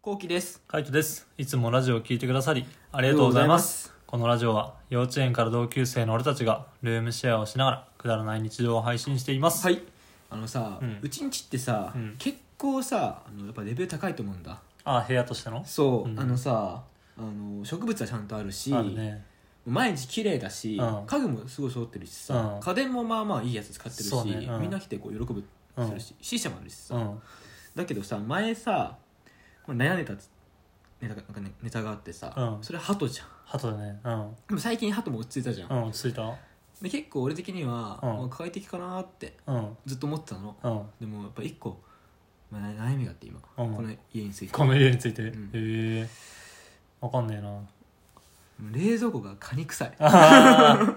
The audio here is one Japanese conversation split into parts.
こうきです。カイトです。いつもラジオを聞いてくださり、ありがとうございます。このラジオは、幼稚園から同級生の俺たちが、ルームシェアをしながら、くだらない日常を配信しています。はい。あのさ、ううんちんちってさ、うん結構さ、あのやっぱレベル高いと思うんだ。あ、部屋としてのそう、うんあのさ、あの植物はちゃんとあるし、あるね。毎日綺麗だし、うん家具もすごい揃ってるしさ、うん家電もまあまあいいやつ使ってるし、そうねうんみんな来てこう喜ぶうんするし、C 社もあるしさ、うん。だけどさ前さ、まあ、悩んでたつネタがなんか、ね、ネタがあってさ、うんそれハトじゃん鳩だね。うん。でも最近ハトも落ち着いたじゃん、うん、落ち着いたで結構俺的には、うんまあ快適かなーってうん。ずっと思ってたのうん。でもやっぱ一個、まあ、悩みがあって今、うんこの家についてこの家について。んへえ。わかんね えな。冷蔵庫がカニ臭いあー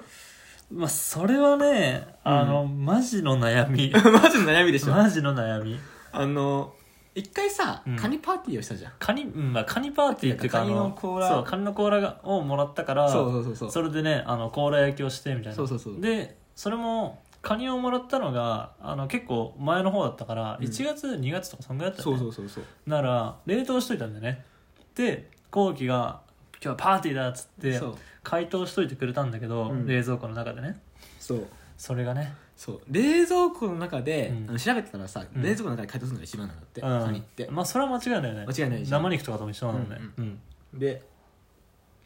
まあ、それはね、あの、マジの悩 み。マジの悩みでしょマジの悩み。あの一回さ、うんカニパーティーをしたじゃんカニ、うん、まあ、カニパーティーっていうか、カニのあ甲羅そう、カニの甲羅がをもらったから、そうそうそうそうそれでねあの甲羅焼きをしてみたいなそうそうそうでそれもカニをもらったのがあの結構前の方だったから、うん1月2月とかそんぐらいだったそようねそうそうそうなら冷凍しといたんだよねで後期が「今日はパーティーだ」っつってそう解凍しといてくれたんだけど、うん冷蔵庫の中でねそうそれがねそう冷蔵庫の中で、うんあの調べてたらさ、うん冷蔵庫の中で解凍するのが一番なんだって、うんカニってまあそれは間違いないよね間違いないでしょ生肉とかとも一緒なのねうんうん、で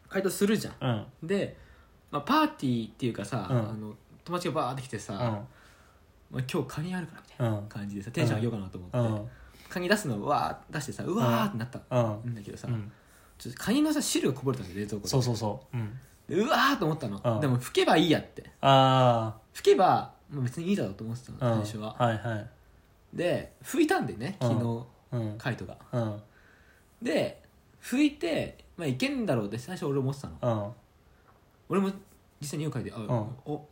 解凍するじゃんうんで、まあ、パーティーっていうかさ、うんあの友達がバーって来てさ、まあ、今日カニあるからみたいな感じでさテンション上げようかなと思って、うんうんカニ出すのわー出してさうわーってなったうんんだけどさ、うんちょっとカニのさ汁がこぼれたんだよ冷蔵庫でそうそうそう、うん、でうわーと思ったの、うんでも拭けばいいやってあ拭けばもう別にいいだろうと思ってたのあ、うん最初は、はいはいで拭いたんでね昨日うんカイトがうんで拭いて、まあ、いけんだろうって最初俺思ってたのうん俺も実際に家を嗅いであ、んお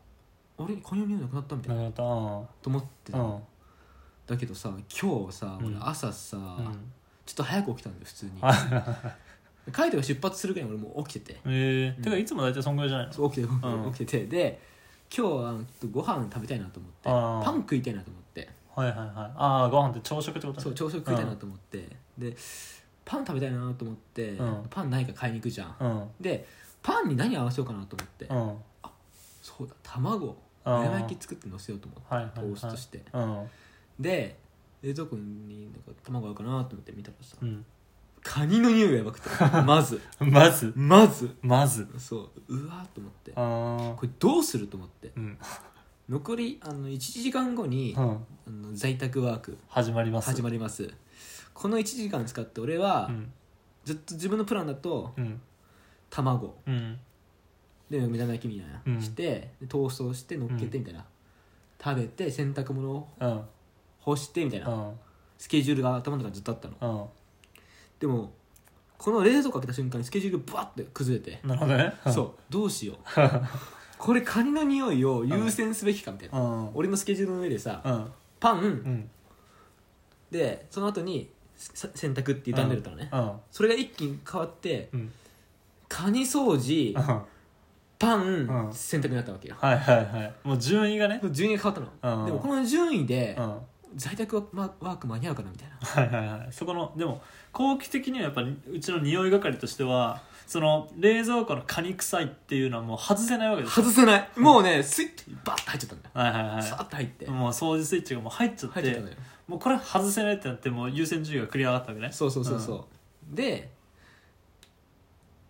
俺カニの匂いなくなったみたいなな、るほどと思ってたうの、んうんだけどさ今日さうん俺朝さ、うんちょっと早く起きたんだよ普通にはい はカイトが出発するぐらいに俺もう起きてていえうんーてかいつも大体そんぐらいじゃないのそう起きて起きて うん起きててで今日はあのちょっとご飯食べたいなと思ってあーパン食いたいなと思ってはいはいはいああご飯って朝食ってことそう朝食食いたいなと思って、でパン食べたいなと思って、うんパンないか買いに行くじゃん、うんでパンに何合わせようかなと思って、うんはいそうだ卵あー目玉焼き作って乗せようと思ってはいはいトーストしてうんで冷蔵庫になんか卵合うかなと思って見たらさうんカニの匂いがやばくて まずまずまずまずそううわーと思ってああこれどうすると思ってうん残りあの1時間後に、うあんの在宅ワーク始まります始まりますこの1時間使って俺は、うんずっと自分のプランだとうん卵うんで目玉焼きみたいな、うんしてでトーストをして乗っけてみたいな、食べて洗濯物をうん干してみたいうな、んスケジュールが頭の中にずっとあったのうんでもこの冷蔵庫開けた瞬間にスケジュールがバッて崩れて、なるほどねそうどうし ようこれカニの匂いを優先すべきかみたいな、うんうん俺のスケジュールの上でさ、うんパン、うんでその後にさ洗濯って傷んでるからね、うんうんそれが一気に変わってうんカニ掃除パン、うん洗濯になったわけよはいはいはいもう順位がね順位が変わったの、うんでもこの順位でうん在宅ワワーク間に合うかなみたいなはいはいはいそこのでも後期的にはやっぱりうちの匂い係としてはその冷蔵庫のカニ臭いっていうのはもう外せないわけです外せないもうねスイッチバッて入っちゃったんだよはいはいさはーって入っていもう掃除スイッチがもう入っちゃって入っちゃったのよもうこれ外せないってなってもう優先順位が繰り上がったわけねそうそうそうそうで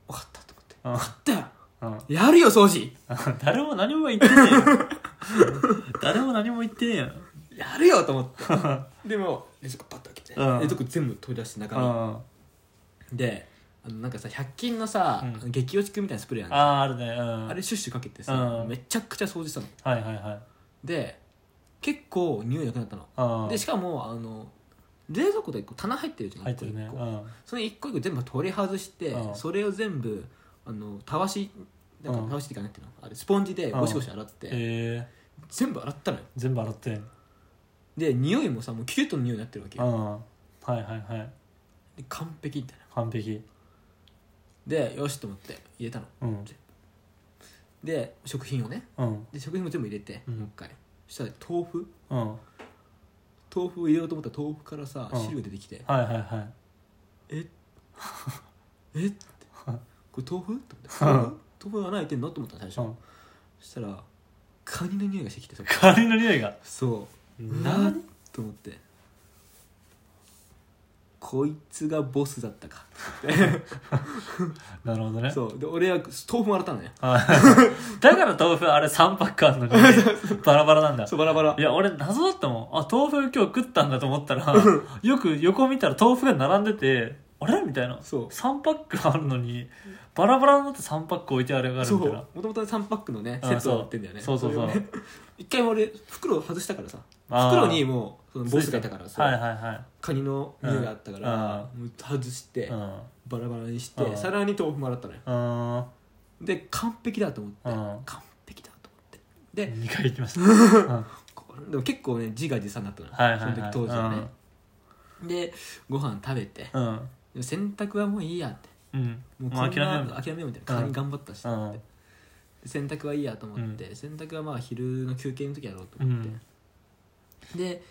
分かったと思ってうん分かっうんたよやるよ掃除誰も何も言ってねえよ 誰も何も言ってねえよやるよと思ってでも冷蔵庫パッと開けてうん冷蔵庫全部取り出して うん中あ身であのなんかさ100均のさうん激落ちくんみたいなスプレーあるのあーあるねうんあれシュッシュかけてさうんめちゃくちゃ掃除したのはいはいはいで結構匂いなくなったのあでしかもあの冷蔵庫でこう棚入ってるじゃん入っ一個て一るねう個んその一個一個全部取り外してうんそれを全部あのたわしなんうかんたわしっていうかなんていうのあれスポンジでゴシゴシ洗ってええ全部洗ったのよ全部洗ってんで匂いもさもうキュッとの匂いになってるわけうよんはいはいはいで完璧みたいな完璧でよしと思って入れたのうんで食品をねうんで食品も全部入れてうんもう一回そしたら豆腐うん豆腐を入れようと思ったら豆腐からさうん汁が出てきてはいはいはいえ えこれ豆腐って思って豆腐が穴開いてんのと思ったの最初、うんそしたらカニの匂いがしてきてそこカニの匂いがそうななと思ってこいつがボスだった かなるほどねそうで俺は豆腐もらったのねはい だから豆腐あれ3パックあるのにバラバラなんだそうバラバラいや俺謎だったもんあ豆腐今日食ったんだと思ったらよく横見たら豆腐が並んでてあれみたいなそう3パックあるのにバラバラになって3パック置いてあるがあるそうみたいもなともと3パックのねうんセットを売ってんだよねそうそうそうれをね 一回も俺袋を外したからさあー袋にもうそのボスがいたからはいさはいはカニの匂いがあったからもう外していうんバラバラにしうてんさらに豆腐もらったのようんで完璧だと思ってうん完璧だと思ってで2回行き ました、うんこれでも結構ね自画自賛だったの、はいはいはいその時当時はね、でご飯食べてでうんも洗濯はもういいやってうんもうもう諦めよこんな諦めようみたいなうんカニ頑張ったし、ううんで洗濯はいいやと思って、洗濯はまあ昼の休憩の時やろうと思って、で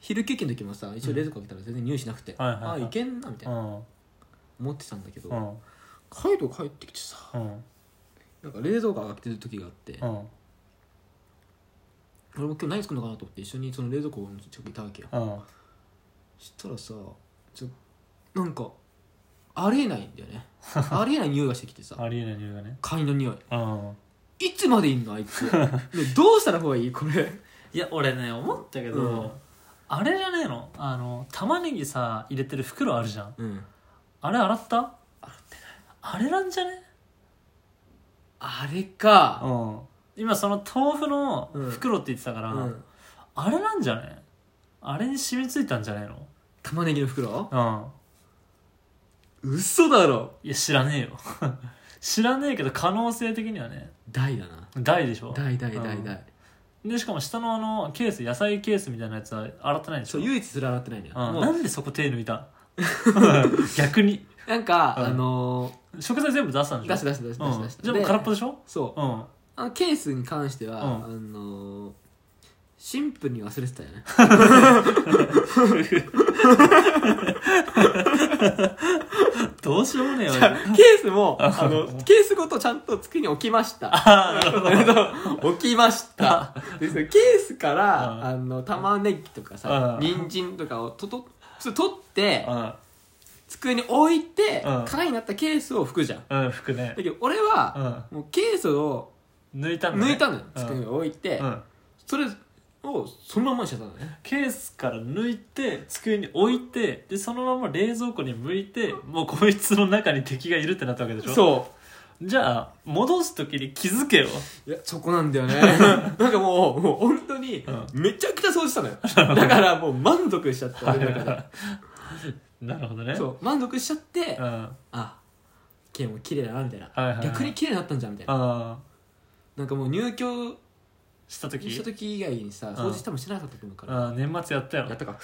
昼休憩の時もさ一応冷蔵庫開けたら全然匂いしなくて、はいはいはいあいけんなみたいうなん思ってたんだけど、うんカイト帰ってきてさうんなんか冷蔵庫開けてる時があって、うん俺も今日何作るのかなと思って一緒にその冷蔵庫の近くにいたわけようんしたらさちょなんかありえないんだよ ねありえない匂いがしてきてさありえない理由がねカニの匂いうんいつまでいんのあい つねどうしたらほうがいいこれいや俺ね思ったけど、うんあれじゃねえのあの玉ねぎさ入れてる袋あるじゃんうんあれ洗った洗ってないあれなんじゃねあれかうん今その豆腐の袋って言ってたから、うんあれなんじゃねあれに染みついたんじゃないの玉ねぎの袋うん嘘だろいや知らねえよ 知らねえけど可能性的にはね大だな大でしょ大大大うん大でしかも下のあのケース野菜ケースみたいなやつは洗ってないでしそょう唯一それ洗ってないのようん、もなうんでそこ手抜 いた逆になんかうんあの食材全部出したんでしょ出し出し出し出し出しうん、じゃあもう空っぽでしょそううんあのケースに関してはうんあのシンプルに忘れてたよねどうしようもねえよじゃあケースもあのケースごとちゃんと机に置きましたああなるほ ど置きましたでそのケースから、うんあの玉ねぎとかさ、うん人参とかをととそれ取って、うん机に置いて、うん空になったケースを拭くじゃんだうん服ねけど俺は、もうケースをうん抜いたんだ、ね、抜いたのよ、うん机に置いて、うんそれをそのままにしちゃったのねケースから抜いて机に置いてでそのまま冷蔵庫に向いてもうこいつの中に敵がいるってなったわけでしょそじゃあ戻す時に気づけよういやそこなんだよねなんかもうもう本当に、うめちゃくちゃ掃除したのよだからもう満足しちゃった俺の 中でなるほどねそう満足しちゃって、うんああケイも綺麗だなみたいな、はいはいはい逆に綺麗になったんじゃんみたいなあなんかもう入居した時した時以外にさ掃除したもしてなかったと思うから、あ年末やったよやったか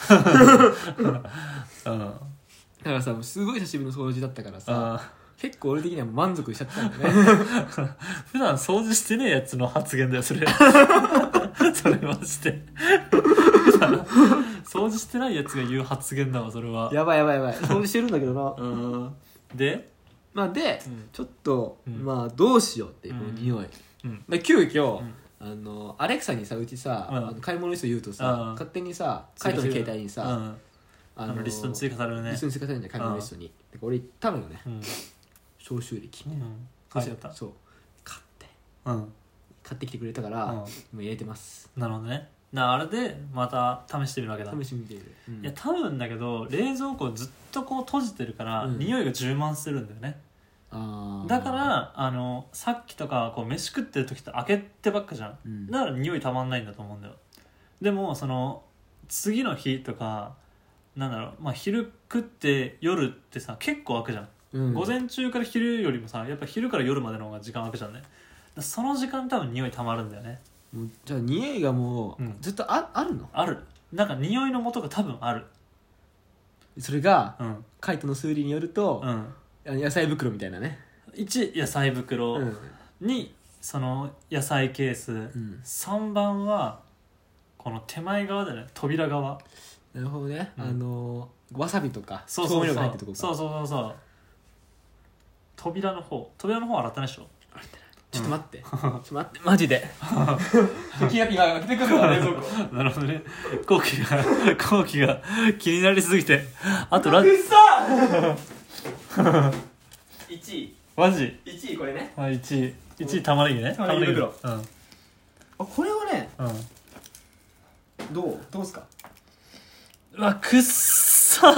うんだからさもうすごい久しぶりの掃除だったからさあ結構俺的には満足しちゃったんだよね普段掃除してねえやつの発言だよそ れそれマジで掃除してないやつが言う発言だわそれは やばいやばいやばい掃除してるんだけどなうんでまあで、うんちょっと、うんまあどうしようっていうこの匂い、うんで急遽、うんあのアレクサにさうちさ、うんあの買い物リスト言うとさ、うん勝手にさカイトの携帯にさ、うんあのリストに追加されるねリストに追加されるんだよ買い物リストに、で俺言ったのよねうん消臭力うん書いてあったそう買ってうん買ってきてくれたから、うんもう入れてますなるほどねなあれでまた試してみるわけだ試してみている、うんいや多分だけど冷蔵庫ずっとこう閉じてるからうん匂いが充満するんだよねあーだからあのさっきとかこう飯食ってる時って開けてばっかじゃんうんだから匂いたまんないんだと思うんだよでもその次の日とかなんだろう、まあ、昼食って夜ってさ結構空くじゃん、うん午前中から昼よりもさやっぱ昼から夜までの方が時間空くじゃんねだからその時間多分匂いたまるんだよねもうじゃあ匂いがもう、うんずっとああるのあるなんか匂いの元が多分あるそれが、うんカイトの推理によるとう、んあの野菜袋みたいなね1野菜袋、うんにその野菜ケース、ん3番はこの手前側だよね扉側なるほどね、うんあのーわさびとかそうそ調う味そ料うが入ってるとこかそうそうそうそう扉の方扉の方洗ってないでしょちょっと待って、 ちょっと待ってマジ で今今開けてくる から冷蔵庫なるほどね後期が後期が気になりすぎてあとラくっさ 1位マジ1位これねあ1位1位玉ねぎね玉ねぎ袋玉ねあこれはねぎうんうんどうどうっすかうわくっさ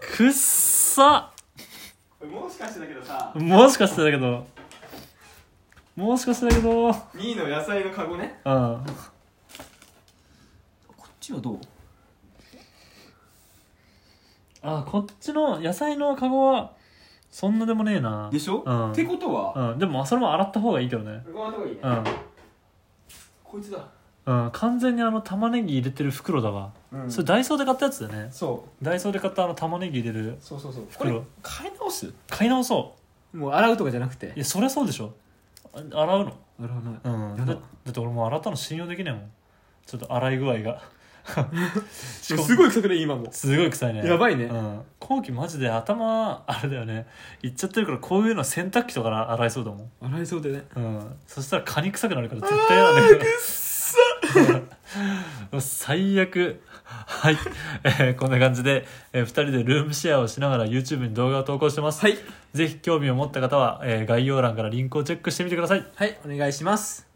くっさもしかしてだけどさもしかしてだけどもしかしてだけどうん2位の野菜のカゴねあこっちはどうこっちの野菜のカゴはそんなでもねえなでしょ、うんってことは、うんでもそれも洗った方がいいけどねこのとこいいねうんこいつだうん、完全にあの玉ねぎ入れてる袋だわ、うんそそれうダイソーで買ったやつだよねダイソーで買ったあの玉ねぎ入れるそうそうそうこれ袋買い直す買い直そもう洗うとかじゃなくてういやそりゃそうでしょあ洗うの洗わないうんやだだだって俺もう洗ったの信用できないもんちょっと洗い具合がしかもすごい臭くない今もすごい臭いねやばいねうん、後期マジで頭あれだよねいっちゃってるからこういうの洗濯機とかから洗いそうだもん洗いそうでねうん、そしたらカニ臭くなるから絶対やだねうん 最悪はい、えーこんな感じで、え2人でルームシェアをしながら YouTube に動画を投稿してます、はいぜひ興味を持った方は、えー概要欄からリンクをチェックしてみてくださいはいお願いします